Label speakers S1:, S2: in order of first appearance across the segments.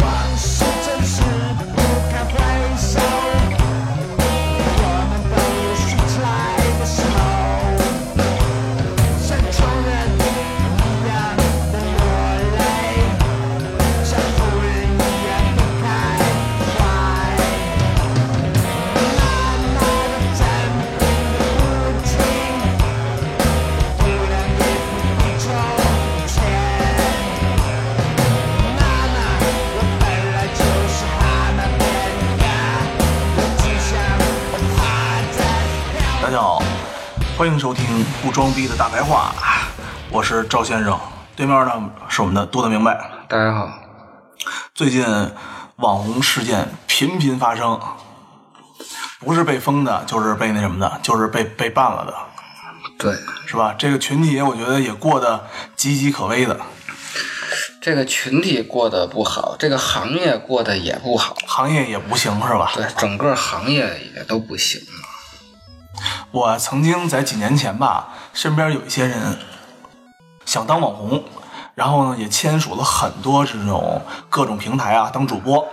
S1: 往事真实不堪回首，我们都有说起来的时候。像穷人一样的落泪，像富人一样的开怀。慢慢的证明的不清，不能也不必从前。娜娜，我本来就是哈娜贝亚，我只想我趴在跳。
S2: 大家好，欢迎收听不装逼的大白话，我是赵先生。对面呢是我们的多得明白。
S3: 大家好，
S2: 最近网红事件频频发生，不是被封的，就是被那什么的，就是被被办了的，
S3: 对
S2: 是吧？这个群体我觉得也过得岌岌可危的，
S3: 这个群体过得不好，这个行业过得也不好，
S2: 行业也不行，是吧？
S3: 对，整个行业也都不行了。
S2: 我曾经在几年前吧，身边有一些人想当网红，然后呢也签署了很多这种各种平台啊当主播。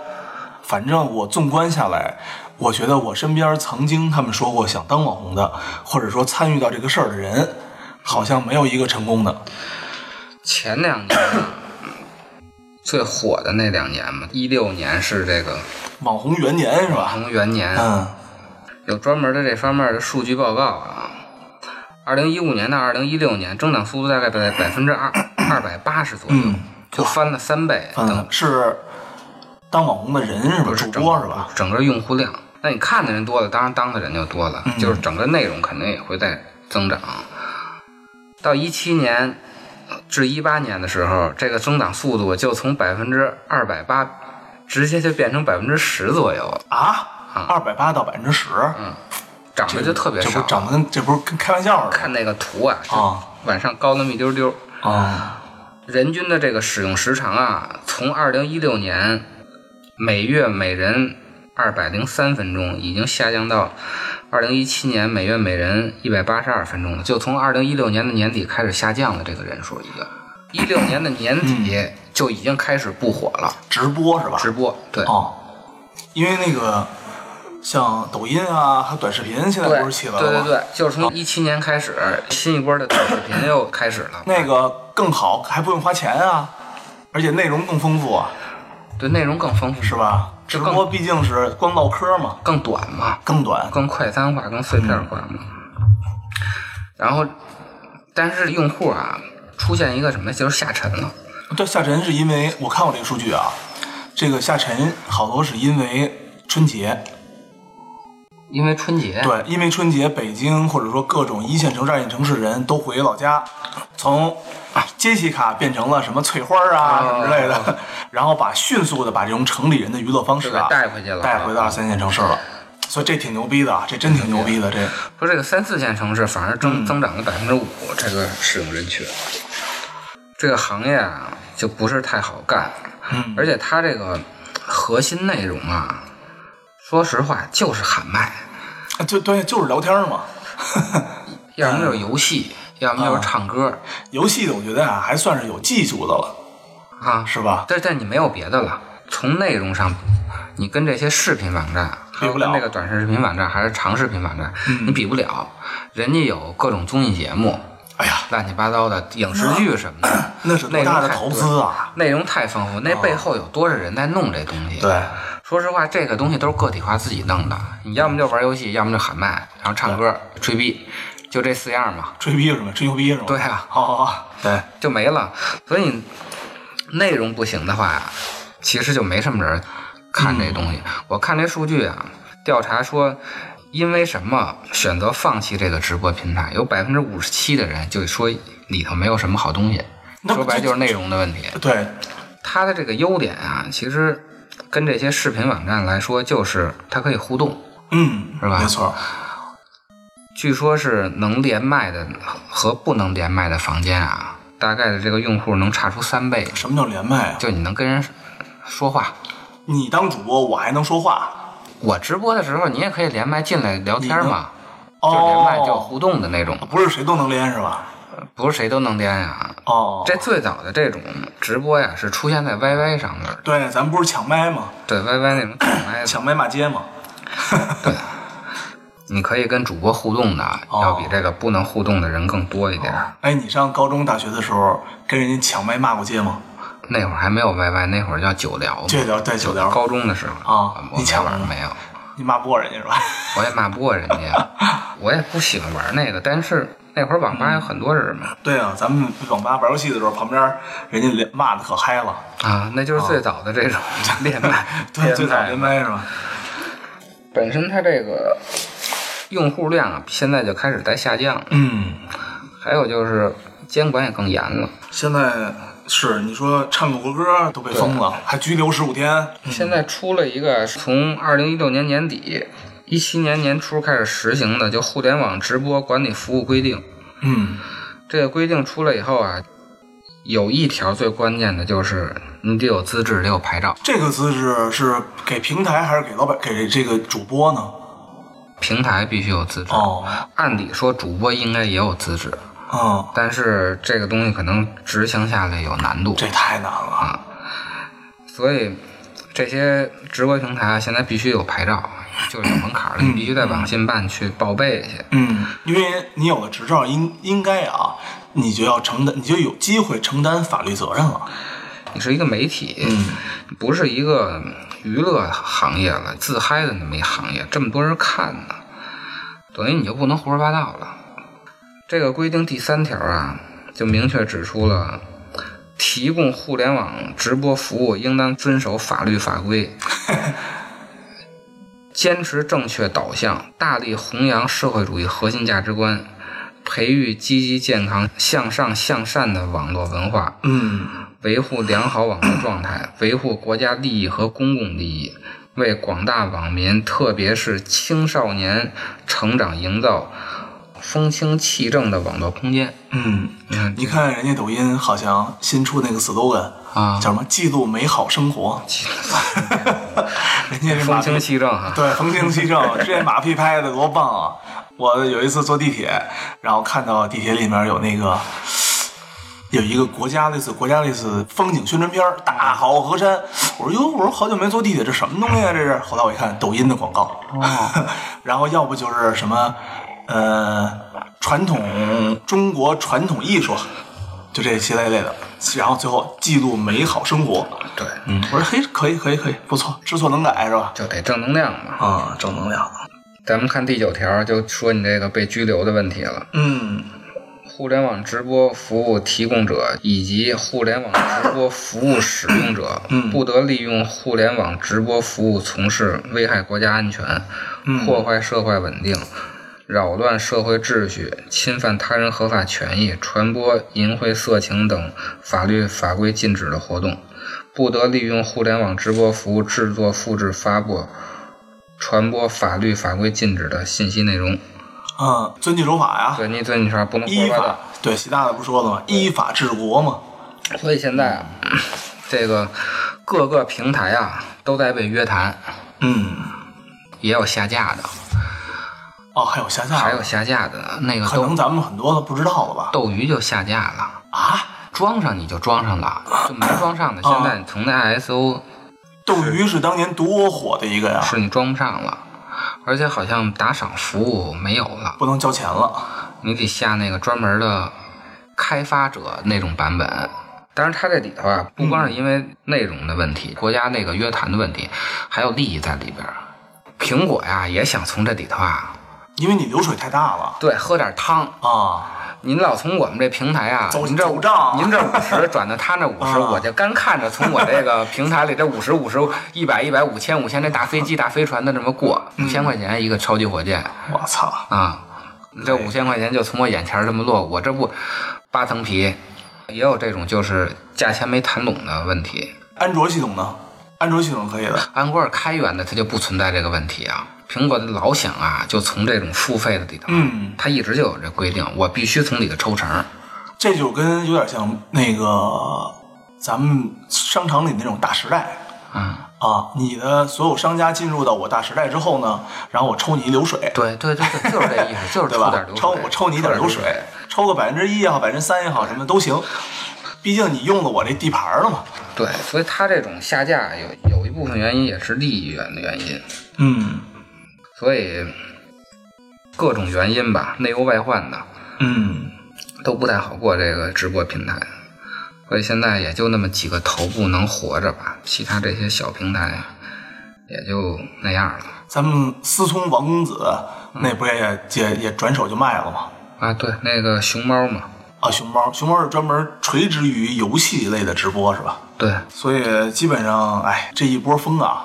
S2: 反正我纵观下来，我觉得我身边曾经他们说过想当网红的，或者说参与到这个事儿的人，好像没有一个成功的。
S3: 前两年啊 最火的那两年嘛，一六年是这个
S2: 网红元年是吧？
S3: 红元年，
S2: 嗯，
S3: 有专门的这方面的数据报告啊。二零一五年到二零一六年，增长速度大概在百分之二二百八十左右，
S2: 嗯
S3: 就翻了三倍，等
S2: 嗯，是当网红的人是吧？
S3: 不
S2: 主
S3: 是整
S2: 播是吧？
S3: 啊整个用户量，那你看的人多了，当然当的人就多了，就是整个内容肯定也会在增长。到一七年至一八年的时候，这个增长速度就从百分之二百八，直接就变成百分之十左右了，
S2: 啊，二百八到百分之十，
S3: 涨
S2: 这
S3: 得就特别
S2: 这不
S3: 嗯少
S2: 是。长得跟这不是跟开玩笑似的
S3: 看那个图啊，
S2: 啊
S3: 就晚上高那么一丢丢。
S2: 啊。
S3: 人均的这个使用时长啊，从二零一六年每月每人二百零三分钟，已经下降到二零一七年每月每人一百八十二分钟了。就从二零一六年的年底开始下降的这个人数已经，一 六年的年
S2: 嗯
S3: 底就已经开始不火了。
S2: 直播是吧？
S3: 直播对，
S2: 哦，因为那个像抖音啊，还有短视频，现在
S3: 对
S2: 不是起来
S3: 对
S2: 了
S3: 对
S2: 吗？
S3: 对，就是从一七年开始，新一波的短视频又开始了。
S2: 那个更好，还不用花钱啊，而且内容更丰富啊，
S3: 对内容更丰富
S2: 是？吧？直
S3: 就更
S2: 播毕竟是光唠嗑嘛，
S3: 更短嘛？
S2: 更短。
S3: 更快餐化、更碎片化嘛。然后，但是用户啊，出现一个什么，就是下沉了。
S2: 对，下沉是因为我看过这个数据啊，这个下沉好多是因为春节，
S3: 因为春节，
S2: 对，因为春节北京或者说各种一线城市、二线城市人都回老家，从啊杰西卡变成了什么翠花儿啊、
S3: 哦
S2: 什么之类的， 然后把迅速的把这种城里人的娱乐方式啊
S3: 就给带回去了
S2: 带回到三线城市了。所以这挺牛逼的，啊，这真挺牛逼的，这
S3: 说这个三四线城市反而
S2: 嗯
S3: 增、增长了百分之五，这个使用人群，这个行业啊就不是太好干，
S2: 嗯
S3: 而且它这个核心内容啊，说实话就是喊麦，
S2: 啊就对，就是聊天嘛。
S3: 要么就是游戏，要
S2: 嗯
S3: 么就是唱歌
S2: 游戏的我觉得啊，还算是有技术的了，
S3: 啊，
S2: 是吧？
S3: 但但你没有别的了，从内容上，你跟这些视频网站，还有
S2: 比不了嗯
S3: 跟那个短视频网站还是长视频网站，你比不了。人家有各种综艺节目，
S2: 哎呀，
S3: 乱七八糟的影视剧什么的，
S2: 那是多
S3: 内容
S2: 大的
S3: 太
S2: 投资啊！
S3: 内容太丰富，那背后有多少人在弄这东西？
S2: 对，
S3: 说实话，这个东西都是个体化自己弄的，你要么就玩游戏，要么就喊麦，然后唱歌、吹逼，就这四样嘛，
S2: 吹逼是吗？吹牛逼是吗？
S3: 对啊
S2: 好好好，对，
S3: 就没了。所以你内容不行的话，其实就没什么人看这东西。
S2: 嗯
S3: 我看这数据啊，调查说，因为什么选择放弃这个直播平台，有百分之五十七的人就说里头没有什么好东西，
S2: 那不
S3: 说白
S2: 就
S3: 就是内容的问题。
S2: 对，
S3: 它的这个优点啊，其实跟这些视频网站来说，就是它可以互动。
S2: 嗯，
S3: 是吧
S2: 没错，
S3: 据说是能连麦的和不能连麦的房间啊，大概的这个用户能差出三倍，
S2: 什么叫连麦啊？
S3: 就你能跟人说话。
S2: 你当主播，我还能说话。
S3: 我直播的时候，你也可以连麦进来聊天嘛，
S2: 哦，
S3: 就是连麦就互动的那种，
S2: 不是谁都能连是吧？
S3: 不是谁都能连呀。
S2: 哦，
S3: 这最早的这种直播呀，是出现在 YY 上面的，
S2: 对，咱们不是抢麦吗？
S3: 对 YY 那种抢麦的，
S2: 抢麦骂街吗？
S3: 你可以跟主播互动的，
S2: 哦
S3: 要比这个不能互动的人更多一点。
S2: 哎，你上高中、大学的时候跟人家抢麦骂过街吗？
S3: 那会儿还没有 YY，那会儿叫九聊嘛，
S2: 九聊对九聊
S3: 高中的时候
S2: 哦
S3: 我
S2: 你抢
S3: 那会儿
S2: 了吗
S3: 没有，
S2: 你骂不过人家是吧？
S3: 我也骂不过人家，我也不喜欢玩那个，但是那会儿网吧有很多人嘛，
S2: 对啊，咱们网吧玩游戏的时候，旁边人家连骂的可嗨了。
S3: 啊，那就是最早的这 种恋爱，
S2: 对，最早连麦是吧？
S3: 本身它这个用户量啊，现在就开始在下降了，
S2: 嗯，
S3: 还有就是监管也更严了，
S2: 现在是你说唱个国歌都被封了，还拘留十五天。
S3: 现在出了一个从二零一六年年底。一七年年初开始实行的，就《互联网直播管理服务规定》，
S2: 嗯，
S3: 这个规定出来以后啊，有一条最关键的就是你得有资质，得有牌照。
S2: 这个资质是给平台还是给老板给这个主播呢？
S3: 平台必须有资质。
S2: 哦，
S3: 按理说主播应该也有资质，
S2: 嗯，
S3: 但是这个东西可能执行下来有难度，
S2: 这太难了。
S3: 所以这些直播平台啊现在必须有牌照，就是有门槛儿的，你必须在网信办去报备去。
S2: 嗯，因为你有了执照，应应该啊，你就要承担，你就有机会承担法律责任了。
S3: 你是一个媒体，不是一个娱乐行业了，自嗨的那么一行业，这么多人看呢，等于你就不能胡说八道了。这个规定第三条啊，就明确指出了。提供互联网直播服务应当遵守法律法规，坚持正确导向，大力弘扬社会主义核心价值观，培育积极健康、向上向善的网络文化。
S2: 嗯，
S3: 维护良好网络状态， 维护国家利益和公共利益，为广大网民，特别是青少年成长营造风清气正的网络空间。
S2: 嗯，
S3: 嗯
S2: 你看人家抖音好像新出那个 slogan
S3: 啊
S2: 叫什么“记录美好生活”， 人家这马
S3: 风
S2: 屁
S3: 清气正哈、
S2: 对风清气正，这马屁拍的多棒啊！我有一次坐地铁，然后看到地铁里面有那个有一个国家类似国家类似风景宣传片儿，大好河山。我说哟，我说好久没坐地铁，这什么东西啊？这是。后来我一看，抖音的广告。哦。 然后要不就是什么呃传统中国传统艺术，就这些类类的。然后最后记录美好生活。
S3: 对，
S2: 嗯，我说嘿，可以可以可以，不错，知错能改是吧？
S3: 就得正能量嘛。
S2: 啊，正能量。
S3: 咱们看第九条，就说你这个被拘留的问题了。
S2: 嗯，
S3: 互联网直播服务提供者以及互联网直播服务使用者，不得利用互联网直播服务从事危害国家安全、破坏社会稳定、扰乱社会秩序、侵犯他人合法权益、传播淫秽色情等法律法规禁止的活动，不得利用互联网直播服务制作、复制、发布、传播法律法规禁止的信息内容。
S2: 嗯，遵纪守法呀，
S3: 对，你对你说不能胡
S2: 依
S3: 说八道
S2: 法。对，习大大不说了吗？依法治国嘛。
S3: 所以现在啊，这个各个平台啊都在被约谈，
S2: 嗯，
S3: 也有下架的，
S2: 哦，还有下架，
S3: 还有下架的那个
S2: 可
S3: 斗
S2: 能咱们很多都不知道了吧？
S3: 斗鱼就下架了，
S2: 啊，
S3: 装上你就装上了，就没装上的，现在你从那 ISO
S2: 斗鱼是当年多火的一个呀，
S3: 是你装不上了，而且好像打赏服务没有了，
S2: 不能交钱了。
S3: 你得下那个专门的开发者那种版本。当然，它这里头啊，不光
S2: 嗯
S3: 是因为内容的问题，国家那个约谈的问题，还有利益在里边儿。苹果呀，也想从这里头啊，
S2: 因为你流水太大了
S3: 对，喝点汤。
S2: 啊！
S3: 您老从我们这平台啊，
S2: 走
S3: 您这
S2: 走账
S3: 您这五十转到他那五十，
S2: 啊
S3: 我就干看着从我这个平台里 这五十、五十、一百、一百、五千、五千这大飞机、大飞船的这么过，
S2: 嗯
S3: 五千块钱一个超级火箭，
S2: 我操，
S3: 啊，这
S2: 哎
S3: 五千块钱就从我眼前儿这么落，我这不扒层皮，也有这种就是价钱没谈拢的问题。
S2: 安卓系统呢？安卓系统可以的。
S3: 安国尔开源的它就不存在这个问题啊。苹果的老想啊，就从这种付费的里头，
S2: 嗯，
S3: 它一直就有这规定，我必须从里头抽成儿。
S2: 这就跟有点像那个咱们商场里那种大时代
S3: 啊，
S2: 啊，你的所有商家进入到我大时代之后呢，然后我抽你一流水，
S3: 对对对对，就是这意思，就 是
S2: 对
S3: 抽
S2: 吧
S3: 点？流水，
S2: 抽我抽你一点流水，抽个百分之一也好，百分之三也好，什么都行。毕竟你用了我这地盘儿了嘛。
S3: 对，所以它这种下架有有一部分原因也是利益原的原因，
S2: 嗯
S3: 所以各种原因吧，内忧外患的
S2: 嗯
S3: 都不太好过这个直播平台。所以现在也就那么几个头部能活着吧，其他这些小平台也就那样了
S2: 咱们思聪王公子
S3: 嗯
S2: 那不也也也转手就卖了吗？
S3: 啊。对，那个熊猫嘛，
S2: 啊，熊猫，熊猫是专门垂直于游戏类的直播是吧？
S3: 对
S2: 所以基本上，哎，这一波风啊，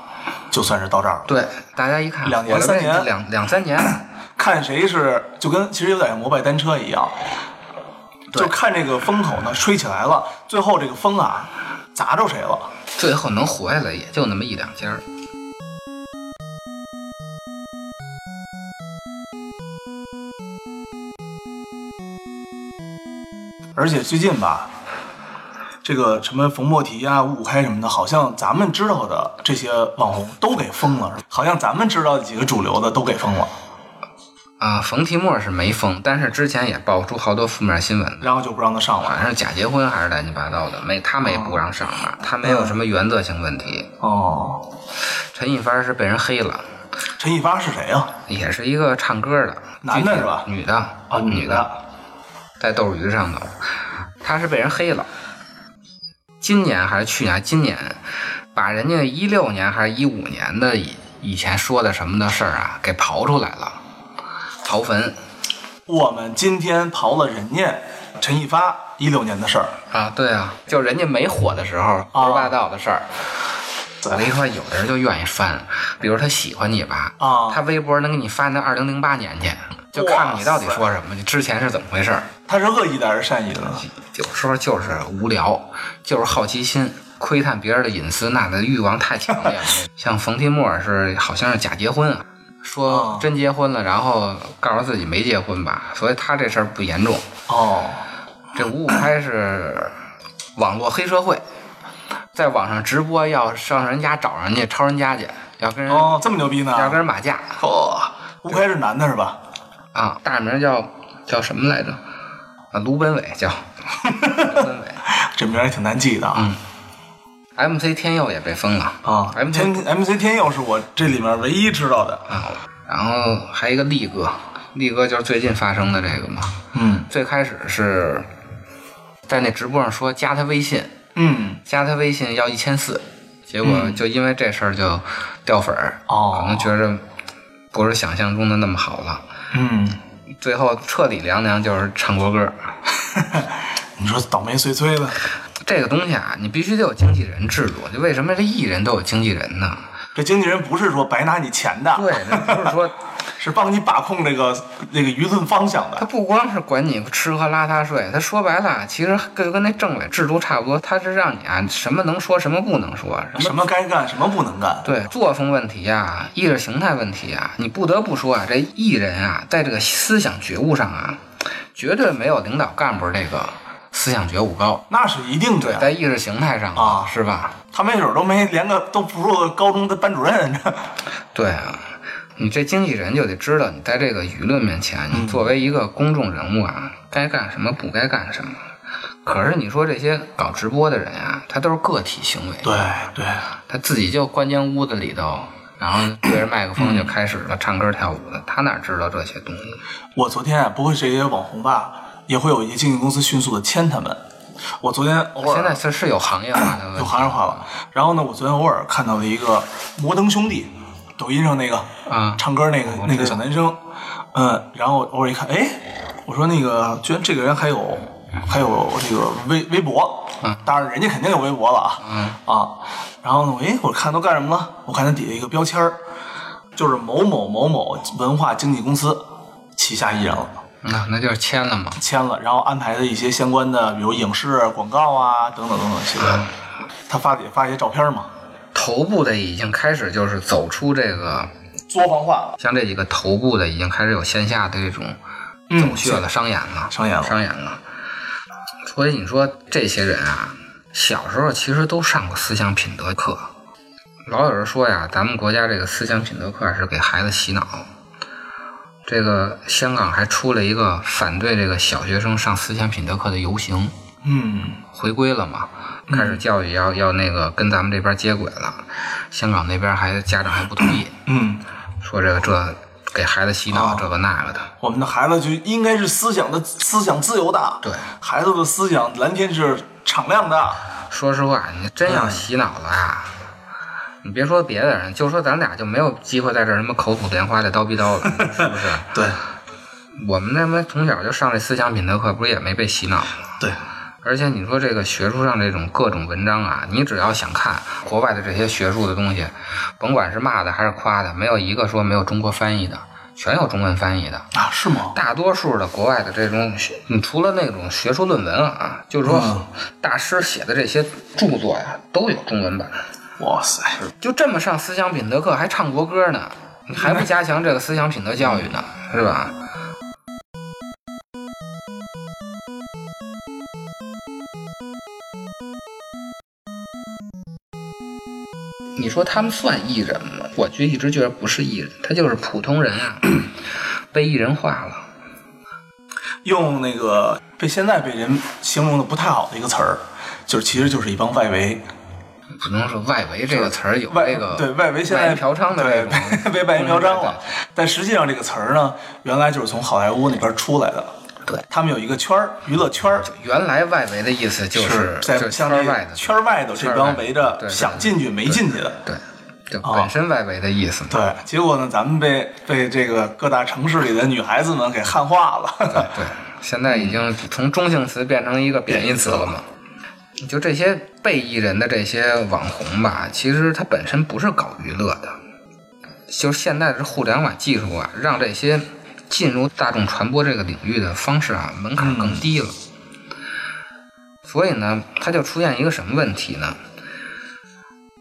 S2: 就算是到这儿了。
S3: 对，大家一看
S2: 两年
S3: 火了呗
S2: 三年
S3: 两两三年，
S2: 看谁是，就跟其实有点像摩拜单车一样，
S3: 对
S2: 就看这个风口呢吹起来了，最后这个风啊砸着谁了。
S3: 最后能活下来也就那么一两家儿。
S2: 而且最近吧，这个什么冯莫提啊、五五开什么的，好像咱们知道的这些网红都给封了，好像咱们知道的几个主流的都给封了，
S3: 啊，冯提莫是没封，但是之前也爆出好多负面新闻，
S2: 然后就不让他上
S3: 好
S2: 了。
S3: 像是假结婚还是乱七八糟的，没他们也不让上嘛，他没
S2: 嗯
S3: 有什么原则性问题。
S2: 哦，
S3: 陈一帆是被人黑了，
S2: 陈一发是谁啊呀、
S3: 也是一个唱歌的，
S2: 男的
S3: 具体
S2: 是吧
S3: 女的
S2: 啊？
S3: 哦女的，在斗鱼上头，他是被人黑了。今年还是去年？今年把人家一六年还是一五年的以以前说的什么的事儿啊，给刨出来了，刨坟
S2: 我们今天刨了人家陈一发一六年的事儿，
S3: 啊，对啊，就人家没火的时候
S2: 啊
S3: 胡说八道的事儿。我跟你说，有的人就愿意翻，比如他喜欢你吧，
S2: 啊
S3: 他微博能给你翻到二零零八年去，就看看你到底说什么，你之前是怎么回事儿。
S2: 他是恶意的还是善意的呢？
S3: 有时候就是无聊，就是好奇心，窥探别人的隐私，那的欲望太强烈了。 像冯提莫是好像是假结婚啊，说
S2: 哦
S3: 真结婚了，然后告诉自己没结婚吧，所以他这事儿不严重。
S2: 哦，
S3: 这五五开是网络黑社会，在网上直播要上人家找人家抄人家去，要跟人、
S2: 哦，这么牛逼呢？
S3: 要跟人打架
S2: 嚯，乌开是男的是吧？
S3: 啊！大名叫叫什么来着？啊，卢本伟叫 卢本伟。
S2: 这名儿也挺难记的啊。
S3: 嗯 MC 天佑也被封了
S2: 啊
S3: ，MC
S2: 天 MC 天佑是我这里面唯一知道的。
S3: 啊，然后还有一个力哥，力哥就是最近发生的这个嘛。
S2: 嗯
S3: 最开始是在那直播上说加他微信，
S2: 嗯，
S3: 加他微信要一千四，结果就因为这事儿就掉粉儿，
S2: 哦
S3: 可能觉着不是想象中的那么好了。
S2: 嗯，
S3: 最后彻底凉凉就是唱国歌，
S2: 你说倒霉催催的，
S3: 这个东西啊，你必须得有经纪人制度。就为什么这艺人都有经纪人呢？
S2: 这经纪人不是说白拿你钱的，
S3: 对，那不是说
S2: 是帮你把控这个这个舆论方向
S3: 他
S2: 的。
S3: 不光是管你吃喝拉撒睡，他说白了，其实跟跟那政委制度差不多，他是让你啊什么能说，什么不能说，什么
S2: 什么该干，什么不能干。
S3: 对作风问题啊，意识形态问题啊，你不得不说啊，这艺人啊，在这个思想觉悟上啊，绝对没有领导干部这个思想觉悟高。
S2: 那是一定的呀，
S3: 在意识形态上
S2: 啊
S3: 是吧？
S2: 他没准都没连个都不如高中的班主任。
S3: 对啊，你这经纪人就得知道，你在这个舆论面前，
S2: 嗯
S3: 你作为一个公众人物啊，该干什么不该干什么。可是你说这些搞直播的人啊，他都是个体行为，
S2: 对对，
S3: 他自己就关进屋子里头，然后对着麦克风就开始了唱歌跳舞的，他哪知道这些东西？
S2: 我昨天啊，不会是这些网红吧，也会有一些经纪公司迅速的签他们。我昨天偶尔
S3: 现在这是有行业化的问
S2: 有
S3: 题
S2: 行业化了。然后呢，我昨天偶尔看到了一个摩登兄弟，抖音上那个
S3: 啊
S2: 唱歌那个
S3: 我知道
S2: 那个小男生，嗯，然后偶尔一看，哎，我说那个居然这个人还有
S3: 嗯
S2: 还有这个微微博，当然人家肯定有微博了
S3: 嗯
S2: 啊啊，然后呢，我哎，我看都干什么了？我看他底下一个标签儿，就是某某某某文化经纪公司旗下艺人了。
S3: 那那就是签了嘛。
S2: 签了，然后安排的一些相关的，比如影视广告啊，等等等等，这
S3: 嗯
S2: 个他发也发一些照片嘛，
S3: 头部的已经开始就是走出这个，
S2: 作坊化了，
S3: 像这几个头部的已经开始有线下的这种
S2: 嗯
S3: 走穴了，商演了，
S2: 商演了
S3: 商演了。所以你说这些人啊，小时候其实都上过思想品德课。老有人说呀，咱们国家这个思想品德课是给孩子洗脑。这个香港还出了一个反对这个小学生上思想品德课的游行，
S2: 嗯，
S3: 回归了嘛，开始教育要、要那个跟咱们这边接轨了。香港那边还家长还不同意，
S2: 嗯，
S3: 说这个这给孩子洗脑这个那个的。
S2: 我们的孩子就应该是思想的思想自由的，
S3: 对，
S2: 孩子的思想蓝天是敞亮的，
S3: 说实话，你真要洗脑了呀，你别说别的人，就说咱俩就没有机会在这儿什么口吐莲花的叨逼叨了，是不是？
S2: 对
S3: 我们他妈从小就上这思想品德课，不是也没被洗脑吗？
S2: 对，
S3: 而且你说这个学术上这种各种文章啊，你只要想看国外的这些学术的东西，甭管是骂的还是夸的，没有一个说没有中国翻译的，全有中文翻译的。
S2: 啊，是吗？
S3: 大多数的国外的这种学，你除了那种学术论文啊，就是说
S2: 嗯
S3: 大师写的这些著作呀，都有中文版。
S2: 哇塞，
S3: 就这么上思想品德课，还唱国歌呢，你还
S2: 嗯
S3: 不加强这个思想品德教育呢，是吧？你说他们算艺人吗？我就一直觉得不是艺人，他就是普通人啊，被艺人化了。
S2: 用那个被现在被人形容的不太好的一个词儿，就是其实就是一帮外围，
S3: 不能说外围这个词儿有
S2: 外
S3: 这个
S2: 对外围现在
S3: 外衣嫖娼的这
S2: 对
S3: 种 嗯
S2: 被被外围嫖娼了，但实际上这个词儿呢，原来就是从好莱坞那边出来的，
S3: 对
S2: 他们有一个圈儿，娱乐圈儿。
S3: 原来外围的意思就是
S2: 在
S3: 就
S2: 像
S3: 圈外
S2: 这
S3: 的
S2: 圈外头这帮围着
S3: 对
S2: 想进去没进去的，
S3: 对，就本身外围的 意思嘛。
S2: 对，结果呢，咱们被被这个各大城市里的女孩子们给汉化了。
S3: 对，现在已经从中性词变成一个贬义词了嘛。你就这些被艺人的这些网红吧，其实他本身不是搞娱乐的，就是现在这互联网技术啊，让这些进入大众传播这个领域的方式啊，门槛更低了。所以呢，它就出现一个什么问题呢？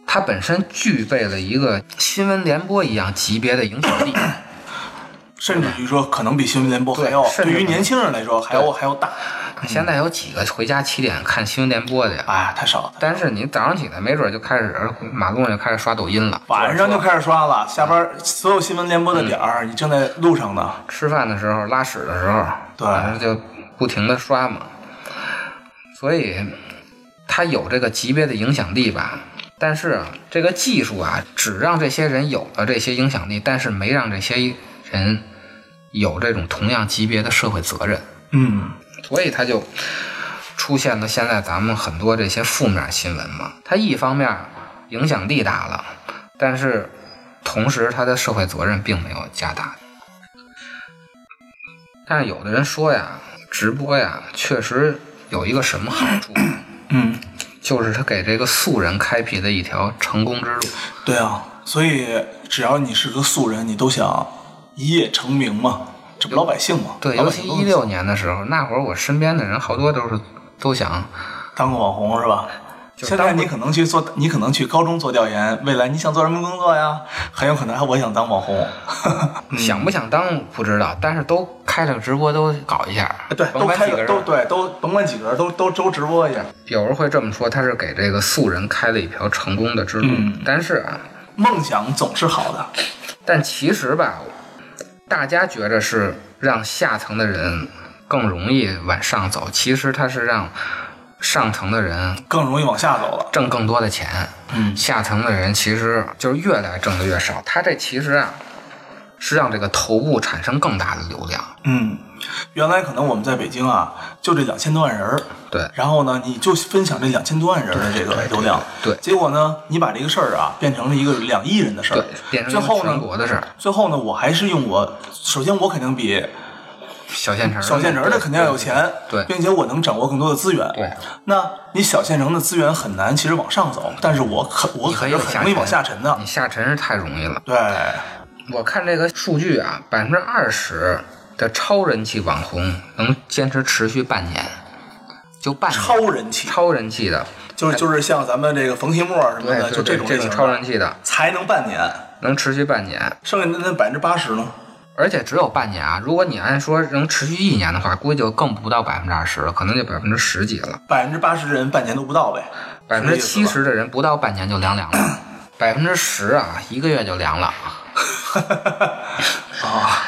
S3: 它本身具备了一个新闻联播一样级别的影响力。
S2: 甚至于说，可能比新闻联播还要，
S3: 对甚
S2: 对
S3: 至
S2: 于年轻人来说还要还要大。
S3: 现在有几个回家七点看新闻联播的呀？
S2: 哎，太少了。
S3: 但是你早上起来，没准就开始呃马路上就开始刷抖音了。
S2: 晚上就开始刷了，下班所有新闻联播的点
S3: 嗯
S2: 儿，你正在路上呢。
S3: 吃饭的时候、拉屎的时候，
S2: 对
S3: 反正就不停的刷嘛。所以它有这个级别的影响力吧。但是啊这个技术啊，只让这些人有了这些影响力，但是没让这些人有这种同样级别的社会责任。
S2: 嗯，
S3: 所以它就出现了现在咱们很多这些负面新闻嘛。它一方面影响力大了，但是同时它的社会责任并没有加大。但是有的人说呀，直播呀，确实有一个什么好处？
S2: 嗯，
S3: 就是它给这个素人开辟了一条成功之路。
S2: 对啊，所以只要你是个素人，你都想一夜成名嘛，这不老百姓嘛？
S3: 对，
S2: 老
S3: 尤
S2: 百
S3: 其
S2: 姓都
S3: 一六年的时候，那会儿我身边的人好多都是都想
S2: 当个网红是吧？
S3: 就
S2: 现
S3: 当
S2: 在
S3: 个
S2: 你可能去做，你可能去高中做调研，未来你想做什么工作呀？很有可能，哎我想当网红。
S3: 想
S2: 嗯
S3: 不想当不知道，但是都开了直播都搞一下，
S2: 啊对，
S3: 甭
S2: 哎都
S3: 管
S2: 开
S3: 几个
S2: 个都
S3: 人。
S2: 对都甭管几个人，都都都直播一下。
S3: 有人会这么说，他是给这个素人开了一条成功的之路。
S2: 嗯
S3: 但是啊，
S2: 梦想总是好的，
S3: 但其实吧，大家觉着是让下层的人更容易往上走，其实他是让上层的人
S2: 更容易往下走了。
S3: 挣更多的钱，
S2: 嗯
S3: 下层的人其实就是越来挣的越少。他这其实啊，是让这个头部产生更大的流量。
S2: 嗯，原来可能我们在北京啊，就这两千多万人儿。
S3: 对
S2: 然后呢，你就分享这两千多万人的这个流量。
S3: 对对对
S2: 结果呢，你把这个事儿啊，变成了一个两亿人的事儿
S3: 对，变，成一
S2: 最
S3: 个
S2: 后
S3: 全
S2: 呢，
S3: 国的事儿，
S2: 最后呢，我还是用我，首先我肯定比
S3: 小县城儿的
S2: 小县城的肯定要有钱，
S3: 对
S2: 并且我能掌握更多的资源。
S3: 对，
S2: 那你小县城的资源很难，其实往上走，但是我可我
S3: 你
S2: 可
S3: 可以
S2: 是
S3: 往嗯
S2: 很容易往下沉的
S3: 你。下沉是太容易了。
S2: 对，
S3: 我看这个数据啊，百分之二十的超人气网红能坚持持续半年，就半年
S2: 超人气
S3: 超人气的，
S2: 就是就是像咱们这个冯提莫什么
S3: 对
S2: 的，
S3: 对
S2: 就
S3: 对，
S2: 种
S3: 这
S2: 类
S3: 种
S2: 型
S3: 超
S2: 的
S3: 人气的
S2: 才能半年，
S3: 能持续半年。
S2: 剩下的那百分之八十呢？
S3: 而且只有半年啊。如果你按说能持续一年的话，估计就更不到百分之二十了，可能就百分之十几了。
S2: 百分之八十的人半年都不到呗，
S3: 百分之七
S2: 是
S3: 十的人不到半年就凉凉 了，百分之十啊，一个月就凉了。
S2: 啊，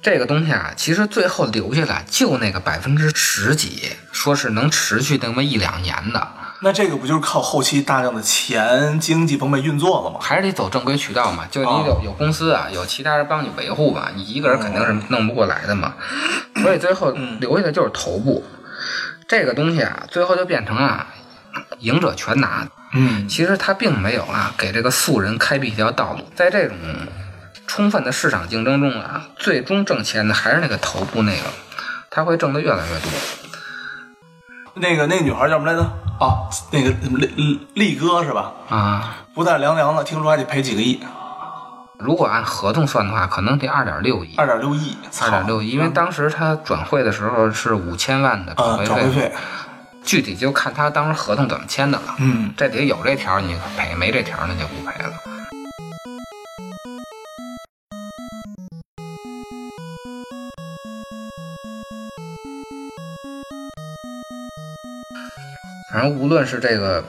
S3: 这个东西啊，其实最后留下来就那个百分之十几，说是能持续那么一两年的，
S2: 那这个不就是靠后期大量的钱、经济崩溃运作了吗？
S3: 还是得走正规渠道嘛。就你有、有公司啊，有其他人帮你维护吧，你一个人肯定是弄不过来的 嘛。所以最后留下的就是头部，这个东西啊，最后就变成啊，赢者全拿。
S2: 嗯，
S3: 其实它并没有啊，给这个素人开辟一条道路。在这种充分的市场竞争中啊，最终挣钱的还是那个头部那个，他会挣得越来越多。
S2: 那个那女孩叫什么来着？啊，那个力力力哥是吧？
S3: 啊，
S2: 不但凉凉了，听说还得赔几个亿，
S3: 如果按合同算的话，可能得二点六亿，
S2: 二点六亿，
S3: 二点六亿，因为当时他转会的时候是五千万的转
S2: 呃
S3: 会
S2: 转会
S3: 费，
S2: 费，
S3: 具体就看他当时合同怎么签的了。
S2: 嗯，
S3: 这里有这条你赔，没这条那就不赔了。反正无论是这个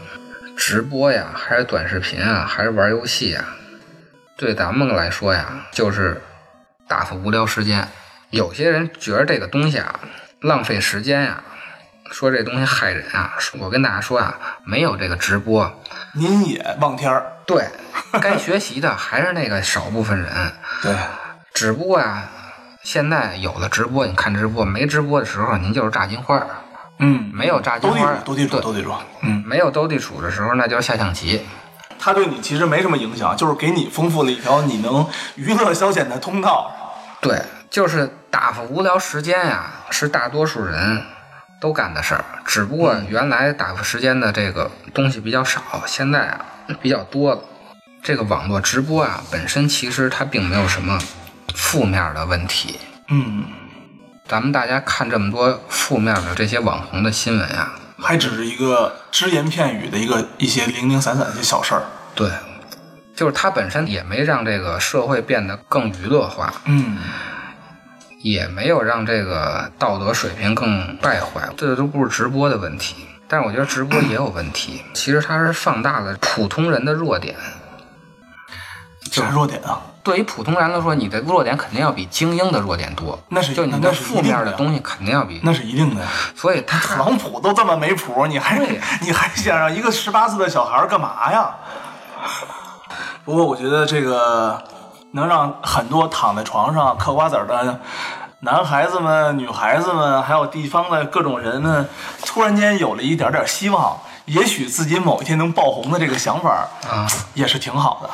S3: 直播呀，还是短视频啊，还是玩游戏啊，对咱们来说呀，就是打发无聊时间。有些人觉得这个东西啊，浪费时间呀、说这东西害人啊！我跟大家说啊，没有这个直播，
S2: 您也望天儿，
S3: 对该学习的还是那个少部分人。
S2: 对，
S3: 只不过啊，现在有了直播，你看直播；没直播的时候，您就是炸金花儿；
S2: 嗯，
S3: 没有炸金
S2: 斗地
S3: 花儿，
S2: 主，斗地主，
S3: 对
S2: 斗地主，嗯。
S3: 没有斗地主的时候，那就是下象棋。
S2: 它对你其实没什么影响，就是给你丰富了一条你能娱乐消遣的通道。
S3: 对，就是打发无聊时间呀、是大多数人都干的事儿。只不
S2: 嗯
S3: 过原来打发时间的这个东西比较少，现在啊比较多了。这个网络直播啊，本身其实它并没有什么负面的问题。
S2: 嗯，
S3: 咱们大家看这么多负面的这些网红的新闻啊，
S2: 还只是一个只言片语的一个一些零零散散的一些小事儿。
S3: 对，就是它本身也没让这个社会变得更娱乐化，
S2: 嗯，
S3: 也没有让这个道德水平更败坏，这都不是直播的问题。但是我觉得直播也有问题，其实它是放大了普通人的弱点。
S2: 啥弱点啊？
S3: 对于普通人来说，你的弱点肯定要比精英的弱点多，
S2: 那是
S3: 就你
S2: 那
S3: 的
S2: 是一定
S3: 负面
S2: 的
S3: 的
S2: 呀
S3: 东西肯定要比，
S2: 那是一定的呀。
S3: 所以它
S2: 特 朗普都这么没谱，你还
S3: 对呀
S2: 你还想让一个十八岁的小孩儿干嘛呀？ 不过我觉得这个能让很多躺在床上嗑瓜子儿的男孩子们、女孩子们，还有地方的各种人们，突然间有了一点点希望，也许自己某一天能爆红的这个想法儿
S3: 啊，
S2: 也是挺好的。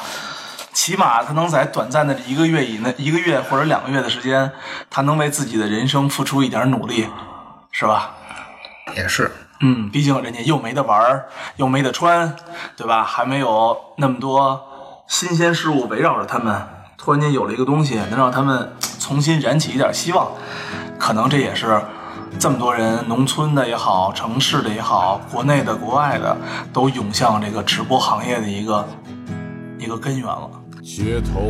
S2: 起码他能在短暂的一个月以内、一个月或者两个月的时间，他能为自己的人生付出一点努力，是吧？
S3: 也是
S2: 嗯，毕竟人家又没得玩儿，又没得穿，对吧？还没有那么多新鲜事物围绕着他们，突然间有了一个东西，能让他们嘖重新燃起一点希望。可能这也是这么多人，农村的也好，城市的也好，国内的、国外的，都涌向这个直播行业的一个一个根源了。
S4: 街头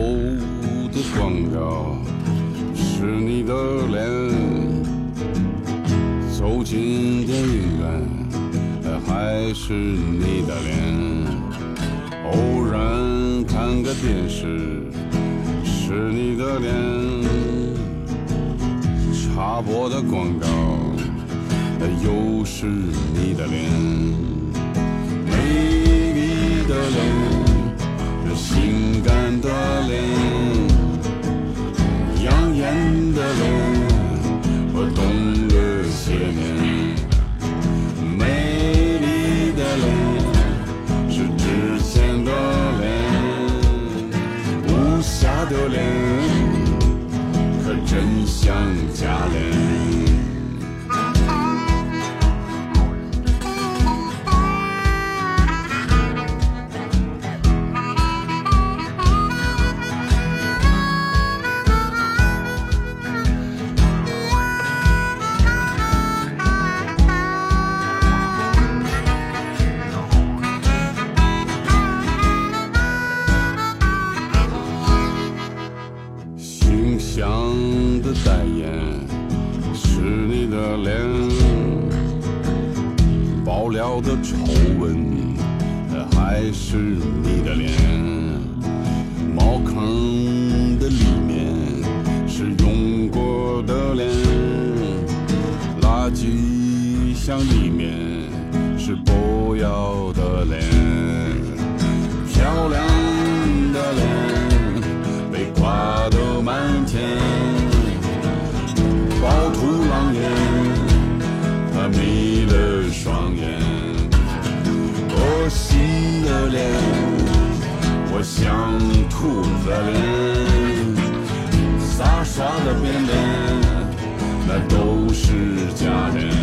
S4: 的光标是你的脸，走进电影院还是你的脸，偶然看个电视是你的脸，插播的广告又是你的脸。美丽的脸，性感的脸，养眼的脸，我动了邪念。美丽的脸，是值钱的脸，无瑕的脸，可真像假脸。
S5: Thank
S4: 的代言，是你的脸，爆料的丑闻，呃还是你的脸，茅坑的里面是用过的脸，垃圾箱里面是不要的脸。漂亮的脸被夸得满天，暴徒狼烟，他迷了双眼。恶心的脸，我像兔子脸，杂耍的变脸，那都是假人。